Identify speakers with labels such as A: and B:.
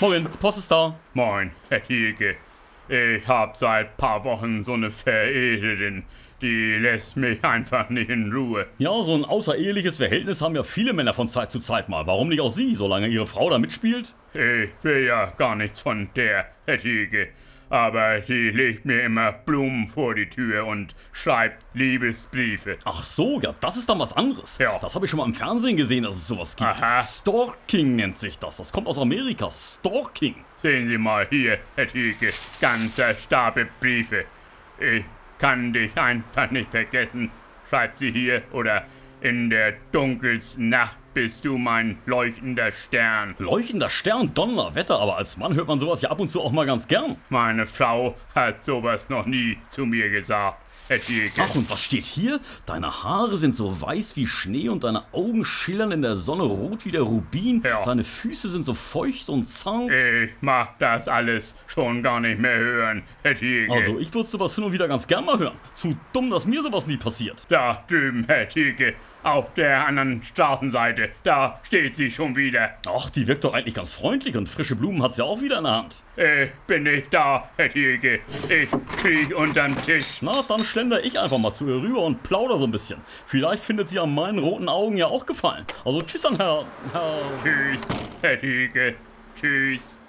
A: Morgen, Post ist da.
B: Moin, Herr Thielke. Ich hab seit paar Wochen so eine Veredelin. Die lässt mich einfach nicht in Ruhe.
A: Ja, so ein außereheliches Verhältnis haben ja viele Männer von Zeit zu Zeit mal. Warum nicht auch Sie, solange Ihre Frau da mitspielt?
B: Ich will ja gar nichts von der, Herr Thielke. Aber die legt mir immer Blumen vor die Tür und schreibt Liebesbriefe.
A: Ach so, ja, das ist dann was anderes.
B: Ja.
A: Das habe ich schon mal im Fernsehen gesehen, dass es sowas gibt.
B: Aha.
A: Stalking nennt sich das. Das kommt aus Amerika. Stalking.
B: Sehen Sie mal hier, Herr Thielke, ganzer Stapel Briefe. Ich kann dich einfach nicht vergessen, schreibt sie hier, oder in der dunkelsten Nacht bist du mein leuchtender Stern.
A: Leuchtender Stern, Donnerwetter, aber als Mann hört man sowas ja ab und zu auch mal ganz gern.
B: Meine Frau hat sowas noch nie zu mir gesagt, Herr Thielke.
A: Ach, und was steht hier? Deine Haare sind so weiß wie Schnee und deine Augen schillern in der Sonne rot wie der Rubin.
B: Ja. Äh.
A: Deine Füße sind so feucht und zart.
B: Ich mag das alles schon gar nicht mehr hören, Herr Thielke.
A: Also, ich würde sowas hin und wieder ganz gern mal hören. Zu dumm, dass mir sowas nie passiert.
B: Da drüben, Herr Thielke, auf der anderen Straßenseite, da steht sie schon wieder.
A: Ach, die wirkt doch eigentlich ganz freundlich und frische Blumen hat sie ja auch wieder in der Hand.
B: Ich Äh, bin nicht da, Herr Thielke. Ich krieg unterm Tisch.
A: Na, dann schlender ich einfach mal zu ihr rüber und plauder so ein bisschen. Vielleicht findet sie an meinen roten Augen ja auch gefallen. Also, tschüss dann, Herr. Herr.
B: Tschüss, Herr Thielke. Tschüss.